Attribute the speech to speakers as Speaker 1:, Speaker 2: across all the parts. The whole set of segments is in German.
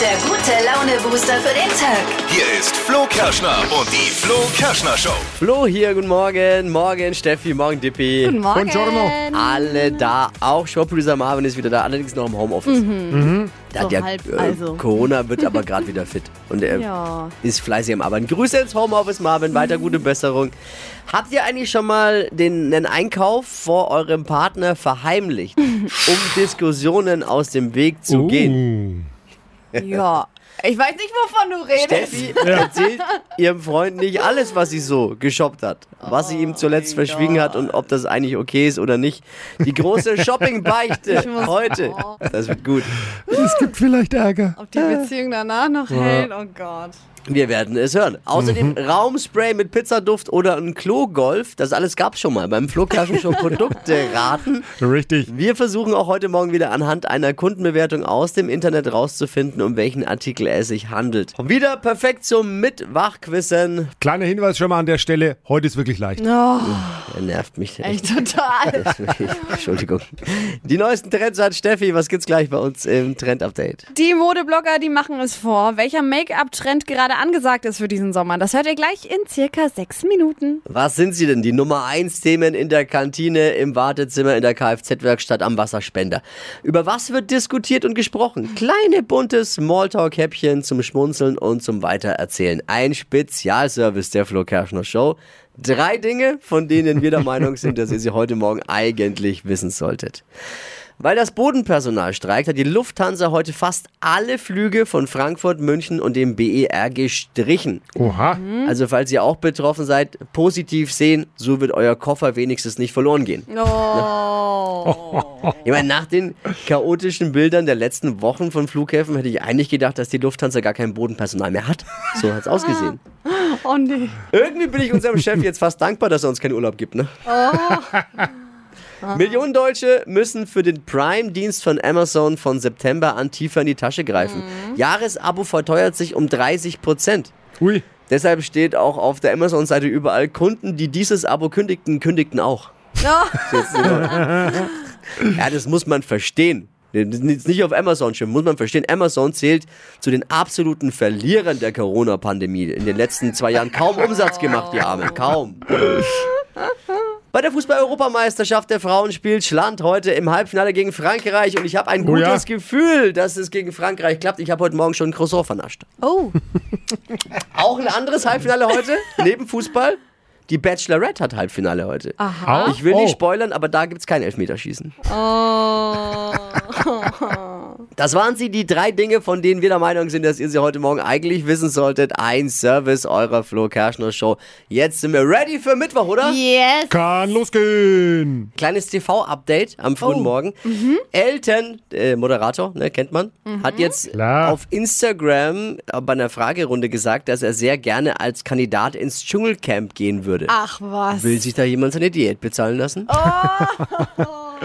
Speaker 1: Der gute Laune-Booster für den Tag.
Speaker 2: Hier ist Flo Kerschner und die Flo Kerschner Show.
Speaker 3: Flo hier, guten Morgen. Morgen Steffi, morgen Dippi.
Speaker 4: Guten Morgen.
Speaker 5: Buongiorno.
Speaker 3: Alle da, auch Showproducer Marvin ist wieder da, allerdings noch im Homeoffice. Da
Speaker 4: Mhm. So
Speaker 3: der
Speaker 4: halb,
Speaker 3: äh,
Speaker 4: also.
Speaker 3: Corona wird aber gerade wieder fit und er
Speaker 4: Ja.
Speaker 3: ist fleißig am Arbeiten. Grüße ins Homeoffice, Marvin, weiter
Speaker 4: Mhm.
Speaker 3: gute Besserung. Habt ihr eigentlich schon mal den, den Einkauf vor eurem Partner verheimlicht, um Diskussionen aus dem Weg zu
Speaker 5: Oh.
Speaker 3: gehen?
Speaker 4: Ja. Ich weiß nicht, wovon du redest.
Speaker 3: Steffi erzählt ihrem Freund nicht alles, was sie so geshoppt hat. Was sie ihm zuletzt verschwiegen hat und ob das eigentlich okay ist oder nicht. Die große Shopping-Beichte
Speaker 4: muss-
Speaker 3: heute.
Speaker 4: Oh.
Speaker 3: Das wird gut.
Speaker 5: Es gibt vielleicht Ärger.
Speaker 4: Ob die Beziehung danach noch hält? Oh Gott.
Speaker 3: Wir werden es hören. Außerdem Raumspray mit Pizzaduft oder ein Klo-Golf. Das alles gab's schon mal beim Flo Kerschner Show Produkte raten.
Speaker 5: Richtig.
Speaker 3: Wir versuchen auch heute Morgen wieder anhand einer Kundenbewertung aus dem Internet rauszufinden, um welchen Artikel es sich handelt. Wieder perfekt zum Mitwachquissen.
Speaker 5: Kleiner Hinweis schon mal an der Stelle. Heute ist wirklich leicht.
Speaker 4: Oh,
Speaker 3: Er nervt mich echt.
Speaker 4: echt total.
Speaker 3: Entschuldigung. Die neuesten Trends hat Steffi. Was gibt's gleich bei uns im Trend-Update?
Speaker 4: Die Modeblogger, die machen es vor, welcher Make-up-Trend gerade angesagt ist für diesen Sommer. Das hört ihr gleich in circa sechs Minuten.
Speaker 3: Was sind sie denn? Die Nummer 1 Themen in der Kantine, im Wartezimmer, in der Kfz-Werkstatt, am Wasserspender. Über was wird diskutiert und gesprochen? Kleine bunte Smalltalk-Häppchen zum Schmunzeln und zum Weitererzählen. Ein Spezialservice der Flo Kerschner Show. Drei Dinge, von denen wir der Meinung sind, dass ihr sie heute Morgen eigentlich wissen solltet. Weil das Bodenpersonal streikt, hat die Lufthansa heute fast alle Flüge von Frankfurt, München und dem BER gestrichen.
Speaker 5: Oha.
Speaker 3: Also falls ihr auch betroffen seid, positiv sehen, so wird euer Koffer wenigstens nicht verloren gehen.
Speaker 4: Oh.
Speaker 3: Ich meine, nach den chaotischen Bildern der letzten Wochen von Flughäfen hätte ich eigentlich gedacht, dass die Lufthansa gar kein Bodenpersonal mehr hat. So hat's ausgesehen.
Speaker 4: Oh nee.
Speaker 3: Irgendwie bin ich unserem Chef jetzt fast dankbar, dass er uns keinen Urlaub gibt, ne? Millionen Deutsche müssen für den Prime-Dienst von Amazon von September an tiefer in die Tasche greifen. Jahresabo verteuert sich um 30 Prozent.
Speaker 5: Ui.
Speaker 3: Deshalb steht auch auf der Amazon-Seite überall, Kunden, die dieses Abo kündigten, kündigten auch. Ja, das muss man verstehen. Das ist Jetzt nicht auf Amazon schimpfen, muss man verstehen. Amazon zählt zu den absoluten Verlierern der Corona-Pandemie. In den letzten zwei Jahren kaum Umsatz gemacht, die Arme. Kaum. Bei der Fußball-Europameisterschaft der Frauen spielt Schland heute im Halbfinale gegen Frankreich und ich habe ein
Speaker 5: Oh
Speaker 3: gutes
Speaker 5: ja.
Speaker 3: Gefühl, dass es gegen Frankreich klappt. Ich habe heute Morgen schon ein Croissant vernascht.
Speaker 4: Oh.
Speaker 3: Auch ein anderes Halbfinale heute, neben Fußball. Die Bachelorette hat Halbfinale heute.
Speaker 5: Auch?
Speaker 3: Ich will
Speaker 5: oh.
Speaker 3: nicht spoilern, aber da gibt es kein Elfmeterschießen.
Speaker 4: Oh.
Speaker 3: Das waren sie, die drei Dinge, von denen wir der Meinung sind, dass ihr sie heute Morgen eigentlich wissen solltet. Ein Service eurer Flo Kerschner Show. Jetzt sind wir ready für Mittwoch, oder?
Speaker 4: Yes.
Speaker 5: Kann losgehen.
Speaker 3: Kleines TV-Update am frühen Morgen. Elton, äh, Moderator, ne, kennt man, hat jetzt
Speaker 5: Klar.
Speaker 3: auf Instagram äh, bei einer Fragerunde gesagt, dass er sehr gerne als Kandidat ins Dschungelcamp gehen würde.
Speaker 4: Ach was.
Speaker 3: Will sich da jemand seine Diät bezahlen lassen?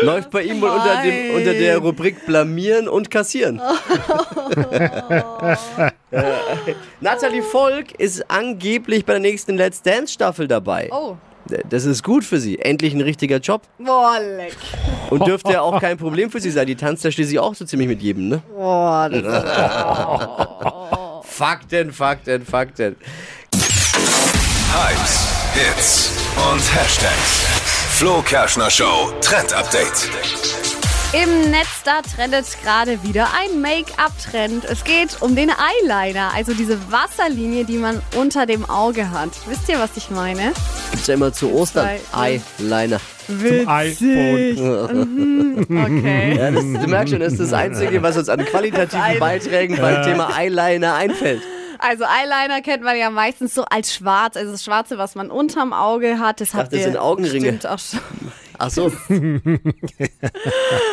Speaker 3: Läuft bei ihm wohl unter, dem,
Speaker 4: Oh. Nein. Oh.
Speaker 3: unter der Rubrik Blamieren und Kassieren. Äh, Natalie Volk ist angeblich bei der nächsten Let's Dance Staffel dabei.
Speaker 4: Oh.
Speaker 3: Das ist gut für sie. Endlich ein richtiger Job.
Speaker 4: Boah, leck.
Speaker 3: Und dürfte ja auch kein Problem für sie sein. Die tanzt ja schließlich auch so ziemlich mit jedem, ne?
Speaker 4: Boah, das
Speaker 3: Fakten, Fakten, Fakten.
Speaker 2: Hypes, Hits und Hashtags. Flo Kerschner Show Trend Update.
Speaker 4: Im Netz, da trendet gerade wieder ein Make-up-Trend. Es geht um den Eyeliner, also diese Wasserlinie, die man unter dem Auge hat. Wisst ihr, was ich meine?
Speaker 3: Gibt's ja immer zu Ostern.
Speaker 4: Zwei.
Speaker 3: Eyeliner.
Speaker 5: Zum iPhone.
Speaker 4: Okay.
Speaker 3: Ja, das, du merkst schon, das ist das Einzige, was uns an qualitativen Beiträgen beim Thema Eyeliner einfällt.
Speaker 4: Also Eyeliner kennt man ja meistens so als schwarz, also das Schwarze, was man unterm Auge hat. Das, habt
Speaker 3: das
Speaker 4: ihr
Speaker 3: sind Augenringe.
Speaker 4: Stimmt auch schon.
Speaker 3: Ach so.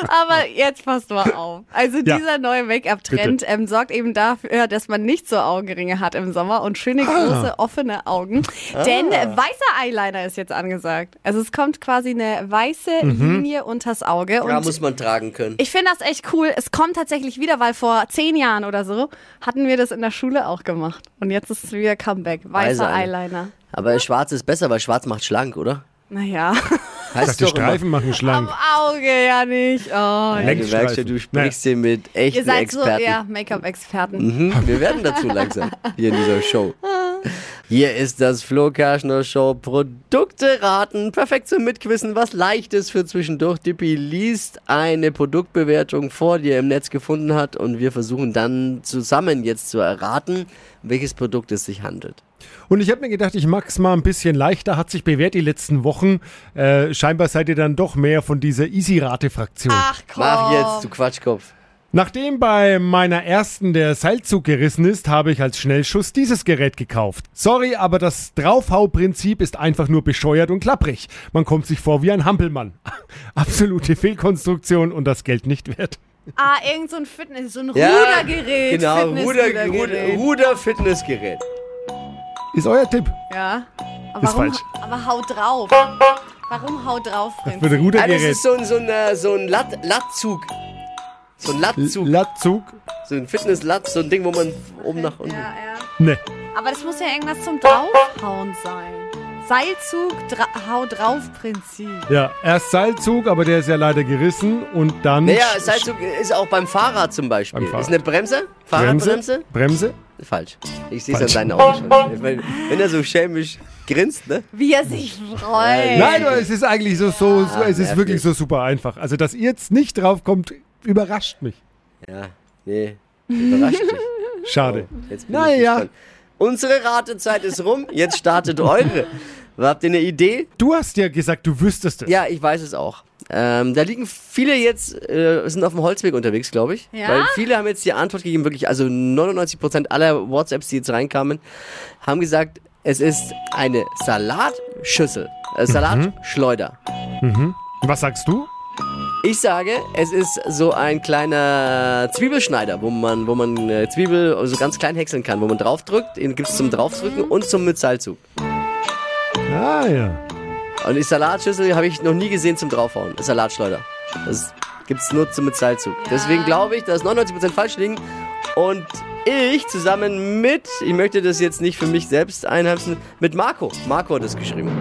Speaker 4: Aber jetzt passt mal auf. Also
Speaker 5: Ja.
Speaker 4: dieser neue Make-up-Trend ähm, sorgt eben dafür, dass man nicht so Augenringe hat im Sommer und schöne große offene Augen. Denn
Speaker 3: Ah.
Speaker 4: weißer Eyeliner ist jetzt angesagt. Also es kommt quasi eine weiße Linie unters Auge.
Speaker 3: Ja,
Speaker 4: Und
Speaker 3: muss man tragen können.
Speaker 4: ich finde das echt cool. Es kommt tatsächlich wieder, weil vor zehn Jahren oder so hatten wir das in der Schule auch gemacht. Und jetzt ist es wieder Comeback. Weißer
Speaker 3: Weißer Eyeliner.
Speaker 4: Eyeliner.
Speaker 3: Aber schwarz ist besser, weil schwarz macht schlank, oder?
Speaker 4: Naja.
Speaker 5: Dass die
Speaker 3: doch immer-
Speaker 5: Streifen machen
Speaker 4: Am
Speaker 5: schlank.
Speaker 4: Auge ja nicht. Oh,
Speaker 3: Ja,
Speaker 5: Lenk-
Speaker 4: ja.
Speaker 3: du merkst schon, du
Speaker 5: Lenkstreifen.
Speaker 3: sprichst hier mit echten
Speaker 4: Ihr seid so
Speaker 3: Experten.
Speaker 4: ja, Make-up-Experten.
Speaker 3: Mhm, wir werden dazu langsam hier in dieser Show. Hier ist das Flo Kerschner Show Produkte raten. Perfekt zum Mitquissen. Was leichtes für zwischendurch. Dippi liest eine Produktbewertung vor, die er im Netz gefunden hat. Und wir versuchen dann zusammen jetzt zu erraten, um welches Produkt es sich handelt.
Speaker 5: Und ich habe mir gedacht, ich mag's mal ein bisschen leichter. Hat sich bewährt die letzten Wochen. Äh, scheinbar seid ihr dann doch mehr von dieser Easy-Rate-Fraktion.
Speaker 3: Ah,
Speaker 4: Ach komm.
Speaker 3: Mach jetzt, du Quatschkopf.
Speaker 5: Nachdem bei meiner ersten der Seilzug gerissen ist, habe ich als Schnellschuss dieses Gerät gekauft. Sorry, aber das Draufhau-Prinzip ist einfach nur bescheuert und klapprig. Man kommt sich vor wie ein Hampelmann. Absolute Fehlkonstruktion und das Geld nicht wert.
Speaker 4: Ah, irgend so ein Fitness, so ein
Speaker 3: Ja,
Speaker 4: Rudergerät.
Speaker 3: Genau, Ruder,
Speaker 4: Fitness-Rudergerät.
Speaker 3: Ruder, Ruder-Fitnessgerät.
Speaker 5: Ist euer Tipp.
Speaker 4: Ja.
Speaker 5: Ist
Speaker 4: Aber warum,
Speaker 5: falsch.
Speaker 4: Aber hau drauf. Warum hau drauf, Prinz?
Speaker 5: Für ein
Speaker 3: Ah, das
Speaker 5: Rudergerät.
Speaker 3: ist so ein, so ein, äh, so ein Latt, Lattzug. So ein Lattzug.
Speaker 5: Latzug?
Speaker 3: So ein Fitness-Latz, so ein Ding, wo man oben nach unten.
Speaker 4: Ja, ja.
Speaker 5: Ne.
Speaker 4: Aber das muss ja irgendwas zum Draufhauen sein. Seilzug, dra hau drauf Prinzip.
Speaker 5: Ja, erst Seilzug, aber der ist ja leider gerissen und dann.
Speaker 3: Naja,
Speaker 5: Sch-
Speaker 3: Seilzug ist auch beim Fahrrad zum Beispiel.
Speaker 5: Beim Fahrrad.
Speaker 3: Ist eine Bremse? Fahrradbremse?
Speaker 5: Bremse? Bremse?
Speaker 3: Falsch. Ich sehe es an seinen Augen schon. Wenn, wenn er so schelmisch grinst, ne?
Speaker 4: Wie er sich
Speaker 3: Äh.
Speaker 4: freut.
Speaker 5: Nein, aber es ist eigentlich so, so, so es ist
Speaker 3: nervig.
Speaker 5: wirklich so super einfach. Also, dass ihr jetzt nicht draufkommt, überrascht mich.
Speaker 3: Ja, nee. Überrascht dich.
Speaker 5: Schade.
Speaker 3: Jetzt bin ich
Speaker 5: Naja.
Speaker 3: gespannt. Unsere Ratezeit ist rum, jetzt startet eure. Habt ihr eine Idee?
Speaker 5: Du hast ja gesagt, du wüsstest es.
Speaker 3: Ja, ich weiß es auch. Ähm, da liegen viele jetzt, äh, sind auf dem Holzweg unterwegs, glaube ich.
Speaker 4: Ja?
Speaker 3: Weil viele haben jetzt die Antwort gegeben, wirklich, also 99% aller WhatsApps, die jetzt reinkamen, haben gesagt, es ist eine Salatschüssel, äh, Salatschleuder.
Speaker 5: Was sagst du?
Speaker 3: Ich sage, es ist so ein kleiner Zwiebelschneider, wo man, wo man äh, Zwiebel so ganz klein häckseln kann, wo man draufdrückt, den gibt's zum Draufdrücken und zum mit Salzug.
Speaker 5: Ah, ja.
Speaker 3: Und die Salatschüssel habe ich noch nie gesehen zum Draufhauen. Das Salatschleuder. Das gibt's nur zum mit Salzug. Deswegen glaube ich, dass 99% falsch liegen. Und ich zusammen mit, ich möchte das jetzt nicht für mich selbst einheimsen, mit Marco. Marco hat das geschrieben.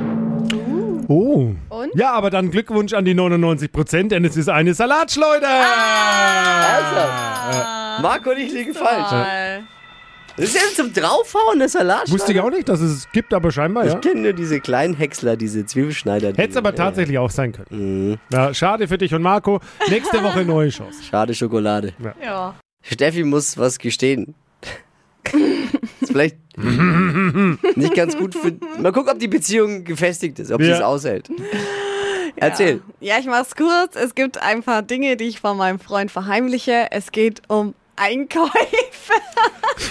Speaker 5: Oh.
Speaker 4: Und?
Speaker 5: Ja, aber dann Glückwunsch an die 99 Prozent, denn es ist eine Salatschleuder.
Speaker 4: Ah!
Speaker 5: Ah.
Speaker 3: Ernsthaft? Also, Marco und ich liegen falsch.
Speaker 4: Toll.
Speaker 3: Das ist eben zum Draufhauen, das Salatschleuder.
Speaker 5: Wusste ich auch nicht, dass es es gibt, aber scheinbar, ja.
Speaker 3: Ich kenne nur diese kleinen Häcksler, diese Zwiebelschneider. die-
Speaker 5: Hätte es aber tatsächlich auch sein können. Ja, schade für dich und Marco. Nächste Woche neue Chance.
Speaker 3: Schade Schokolade.
Speaker 4: Ja.
Speaker 3: Steffi muss was gestehen. ist vielleicht nicht ganz gut für. Mal gucken, ob die Beziehung gefestigt ist, ob sie
Speaker 5: Ja.
Speaker 3: es aushält. Erzähl.
Speaker 4: Ja, ich mach's kurz. Es gibt ein paar Dinge, die ich von meinem Freund verheimliche. Es geht um Einkäufe.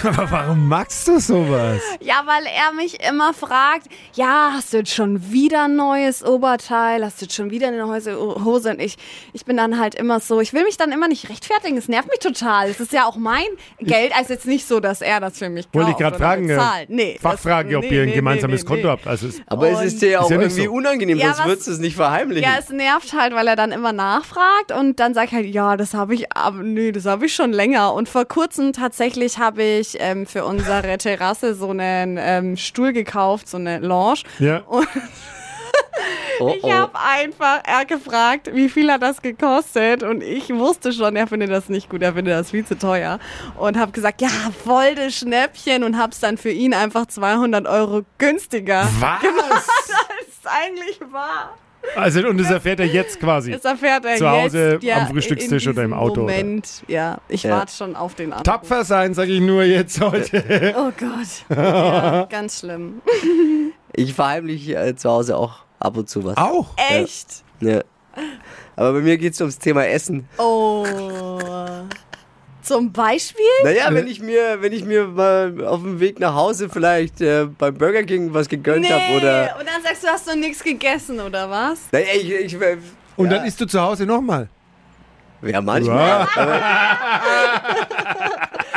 Speaker 5: Aber warum magst du sowas?
Speaker 4: Ja, weil er mich immer fragt, ja, hast du jetzt schon wieder ein neues Oberteil? Hast du jetzt schon wieder eine Hose? Hose? Und ich, ich bin dann halt immer so, ich will mich dann immer nicht rechtfertigen. Es nervt mich total. Es ist ja auch mein Geld. Also jetzt nicht so, dass er das für mich kauft.
Speaker 5: Wollte ich gerade
Speaker 4: oder
Speaker 5: fragen. äh,
Speaker 4: bezahlt. Nee, das-
Speaker 5: Fachfrage, ob
Speaker 4: nee,
Speaker 5: ihr ein
Speaker 4: nee,
Speaker 5: gemeinsames
Speaker 4: nee, nee,
Speaker 5: Konto
Speaker 4: nee.
Speaker 5: habt. Also es-
Speaker 3: Aber es ist dir ja
Speaker 5: Ist
Speaker 3: auch
Speaker 5: ja nicht
Speaker 3: irgendwie
Speaker 5: so.
Speaker 3: unangenehm,
Speaker 4: Ja,
Speaker 3: sonst
Speaker 4: was-
Speaker 3: würdest du es nicht verheimlichen.
Speaker 4: Ja, es nervt halt, weil er dann immer nachfragt und dann sagt halt, ja, das habe ich, aber nee, das habe ich schon länger. Und vor kurzem tatsächlich habe ich ähm, für unsere Terrasse so einen ähm, Stuhl gekauft, so eine Lounge.
Speaker 5: Ja.
Speaker 4: Und
Speaker 3: oh,
Speaker 4: ich habe einfach, er hat gefragt, wie viel hat das gekostet? Und ich wusste schon, er findet das nicht gut, er findet das viel zu teuer. Und habe gesagt, ja, voll das Schnäppchen und habe es dann für ihn einfach 200 Euro günstiger.
Speaker 5: Was?
Speaker 4: Das ist eigentlich wahr.
Speaker 5: Also, und das erfährt er jetzt quasi.
Speaker 4: Das erfährt er
Speaker 5: Zu Hause,
Speaker 4: jetzt, ja,
Speaker 5: am Frühstückstisch
Speaker 4: in
Speaker 5: oder im
Speaker 4: diesem
Speaker 5: Auto, oder?
Speaker 4: Moment, ja. Ich warte schon auf den Anruf.
Speaker 5: Tapfer sein, sage ich nur jetzt heute.
Speaker 4: Oh Gott. Ja, ganz schlimm.
Speaker 3: Ich verheimliche äh, zu Hause auch ab und zu was.
Speaker 5: Auch?
Speaker 4: Echt?
Speaker 3: Ja. Aber bei mir geht es ums Thema Essen.
Speaker 4: Oh. Zum Beispiel?
Speaker 3: Naja, wenn ich mir, wenn ich mir mal auf dem Weg nach Hause vielleicht äh, beim Burger King was gegönnt habe oder.
Speaker 4: Und dann sagst du, hast du nichts gegessen, oder was?
Speaker 3: Naja, ich, ich,
Speaker 5: Und
Speaker 3: ja.
Speaker 5: dann isst du zu Hause nochmal.
Speaker 3: Ja, manchmal.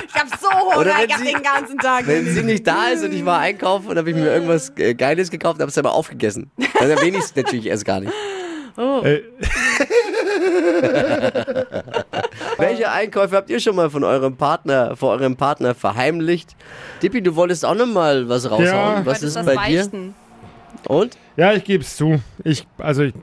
Speaker 4: Ich hab so Hunger,
Speaker 3: Oder wenn
Speaker 4: ich hab
Speaker 3: sie-
Speaker 4: den ganzen Tag
Speaker 3: Wenn
Speaker 4: nicht-
Speaker 3: sie nicht da ist und ich war einkaufen und habe ich mir irgendwas äh, Geiles gekauft, habe es aber aufgegessen. Dann erwähne ich es natürlich erst gar nicht.
Speaker 5: Äh,
Speaker 3: Welche Einkäufe habt ihr schon mal von eurem Partner, vor eurem Partner verheimlicht? Dippi, du wolltest auch noch mal was raushauen.
Speaker 5: Ja.
Speaker 3: Was
Speaker 4: Wolltest
Speaker 3: ist
Speaker 4: das
Speaker 3: bei dir?
Speaker 4: beichten?
Speaker 3: Und?
Speaker 5: ja, ich gebe es zu. Ich, also, ich,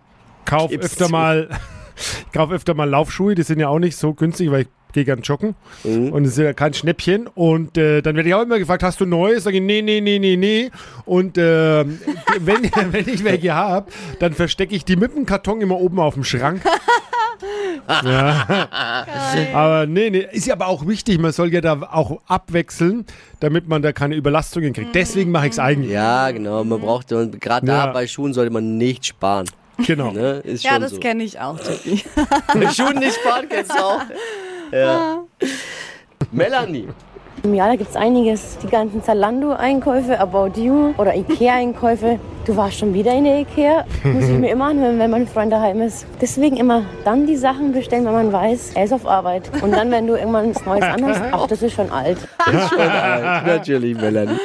Speaker 5: kaufe
Speaker 3: Gib's
Speaker 5: öfter
Speaker 3: zu.
Speaker 5: mal. Ich kaufe öfter mal Laufschuhe, die sind ja auch nicht so günstig, weil ich gehe gern joggen
Speaker 3: Mhm.
Speaker 5: und es ist ja kein Schnäppchen. Und äh, dann werde ich auch immer gefragt, hast du Neues? Sage ich, nee, nee, nee, nee, nee. Und äh, wenn, wenn ich welche habe, dann verstecke ich die mit dem Karton immer oben auf dem Schrank. ja. Aber nee, nee, ist ja aber auch wichtig, man soll ja da auch abwechseln, damit man da keine Überlastungen kriegt. Deswegen mache ich es eigentlich.
Speaker 3: Ja, genau.
Speaker 4: Mhm.
Speaker 3: Man braucht gerade da
Speaker 5: Ja.
Speaker 3: bei Schuhen sollte man nicht sparen.
Speaker 5: Genau.
Speaker 3: Ne? Ist
Speaker 4: Ja,
Speaker 3: schon
Speaker 4: das
Speaker 3: so.
Speaker 4: kenne ich auch, Tippi.
Speaker 3: Mit Schuhen nicht sparen kennst du auch. Ja. Melanie.
Speaker 6: Ja, da gibt's einiges. Die ganzen Zalando-Einkäufe, About You oder Ikea-Einkäufe. Du warst schon wieder in der Ikea. Muss ich mir immer anhören, wenn mein Freund daheim ist. Deswegen immer dann die Sachen bestellen, wenn man weiß, er ist auf Arbeit. Und dann, wenn du irgendwann was Neues anhast, ach, das ist schon alt.
Speaker 3: Ist schon alt. Natürlich, Melanie.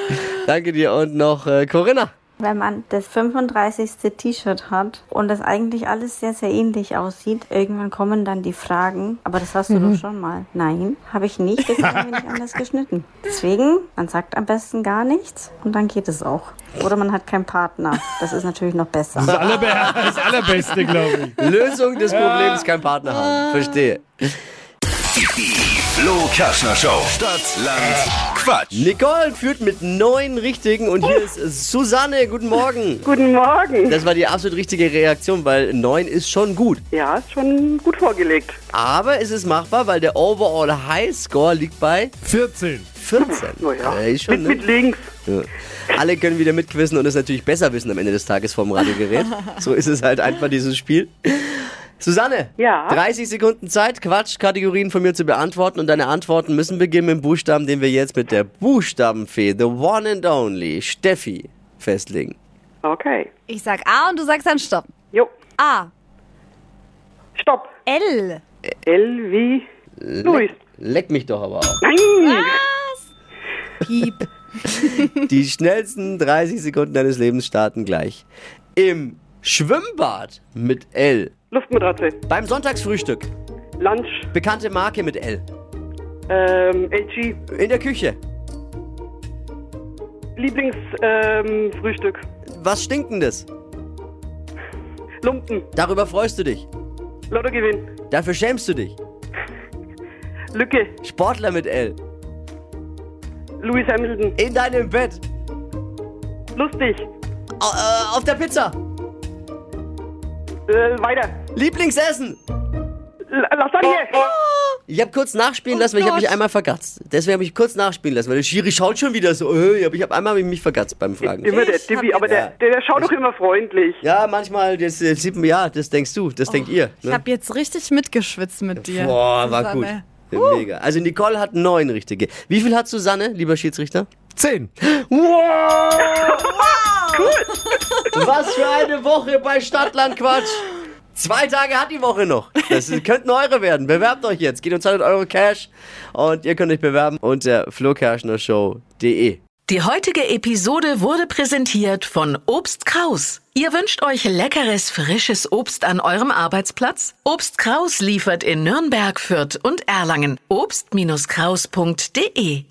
Speaker 3: Danke dir und noch äh, Corinna.
Speaker 7: Wenn man das 35. T-Shirt hat und das eigentlich alles sehr, sehr ähnlich aussieht, irgendwann kommen dann die Fragen, aber das hast du doch schon mal. Nein, habe ich nicht, deswegen habe ich nicht anders geschnitten. Deswegen, man sagt am besten gar nichts und dann geht es auch. Oder man hat keinen Partner. Das ist natürlich noch besser.
Speaker 5: Das, allerbe das Allerbeste, glaube ich.
Speaker 3: Lösung des Problems kein Partner haben. Verstehe.
Speaker 2: Die Flo Kerschner Show. Stadt, Land, Quatsch.
Speaker 3: Nicole führt mit neun richtigen und hier ist Susanne. Guten Morgen.
Speaker 8: Guten Morgen.
Speaker 3: Das war die absolut richtige Reaktion, weil neun ist schon gut.
Speaker 8: Ja, ist schon gut vorgelegt.
Speaker 3: Aber es ist machbar, weil der Overall High Score liegt bei
Speaker 5: 14.
Speaker 3: 14.
Speaker 8: Naja,
Speaker 3: Äh, ist schon,
Speaker 8: Oh mit,
Speaker 3: ne?
Speaker 8: mit links.
Speaker 3: Ja. Alle können wieder mitquissen und es natürlich besser wissen am Ende des Tages vom Radiogerät. So ist es halt einfach, dieses Spiel. Susanne,
Speaker 8: Ja?
Speaker 3: 30 Sekunden Zeit, Quatschkategorien von mir zu beantworten und deine Antworten müssen beginnen mit dem Buchstaben, den wir jetzt mit der Buchstabenfee, the one and only, Steffi, festlegen.
Speaker 8: Okay.
Speaker 4: Ich sag A und du sagst dann Stopp.
Speaker 8: Jo.
Speaker 4: A.
Speaker 8: Stopp.
Speaker 4: L.
Speaker 8: L wie Luis.
Speaker 3: Leck mich doch aber auch.
Speaker 8: Nein.
Speaker 4: Piep.
Speaker 3: Die schnellsten 30 Sekunden deines Lebens starten gleich. Im Schwimmbad mit L.
Speaker 8: Luftmatratze.
Speaker 3: Beim Sonntagsfrühstück.
Speaker 8: Lunch.
Speaker 3: Bekannte Marke mit L.
Speaker 8: Ähm, LG.
Speaker 3: In der Küche.
Speaker 8: Lieblingsfrühstück. Ähm, Frühstück.
Speaker 3: Was Stinkendes.
Speaker 8: Lumpen.
Speaker 3: Darüber freust du dich.
Speaker 8: Lottogewinn.
Speaker 3: Dafür schämst du dich.
Speaker 8: Lücke.
Speaker 3: Sportler mit L.
Speaker 8: Lewis Hamilton.
Speaker 3: In deinem Bett.
Speaker 8: Lustig.
Speaker 3: Au- äh, auf der Pizza.
Speaker 8: Äh, weiter.
Speaker 3: Lieblingsessen.
Speaker 8: L Lasagne.
Speaker 3: Oh, Ich habe kurz
Speaker 4: Oh
Speaker 3: nachspielen lassen, weil ich habe mich einmal vergatzt. Deswegen habe ich kurz nachspielen lassen, weil der Schiri schaut schon wieder so. äh, aber Ich habe einmal hab ich mich vergatzt beim Fragen.
Speaker 8: Immer der
Speaker 4: Ich hab
Speaker 8: Tippi, aber der,
Speaker 3: jetzt-
Speaker 8: der, der schaut doch immer freundlich.
Speaker 3: Ja, manchmal, das äh, sieht man, ja, das denkst du, das denkt ihr.
Speaker 4: Oh, Ich
Speaker 3: Ne?
Speaker 4: habe jetzt richtig mitgeschwitzt mit dir.
Speaker 3: Boah, war gut.
Speaker 4: Susanne.
Speaker 3: Ja, Mega. Also Nicole hat neun richtige. Wie viel hat Susanne, lieber Schiedsrichter?
Speaker 5: 10.
Speaker 3: Was für eine Woche bei Stadtlandquatsch. Zwei Tage hat die Woche noch. Das ist- könnten eure werden. Bewerbt euch jetzt. Geht uns 200 Euro Cash und ihr könnt euch bewerben unter flokerschnershow.de.
Speaker 9: Die heutige Episode wurde präsentiert von Obst Kraus. Ihr wünscht euch leckeres, frisches Obst an eurem Arbeitsplatz? Obst Kraus liefert in Nürnberg, Fürth und Erlangen. Obst-Kraus.de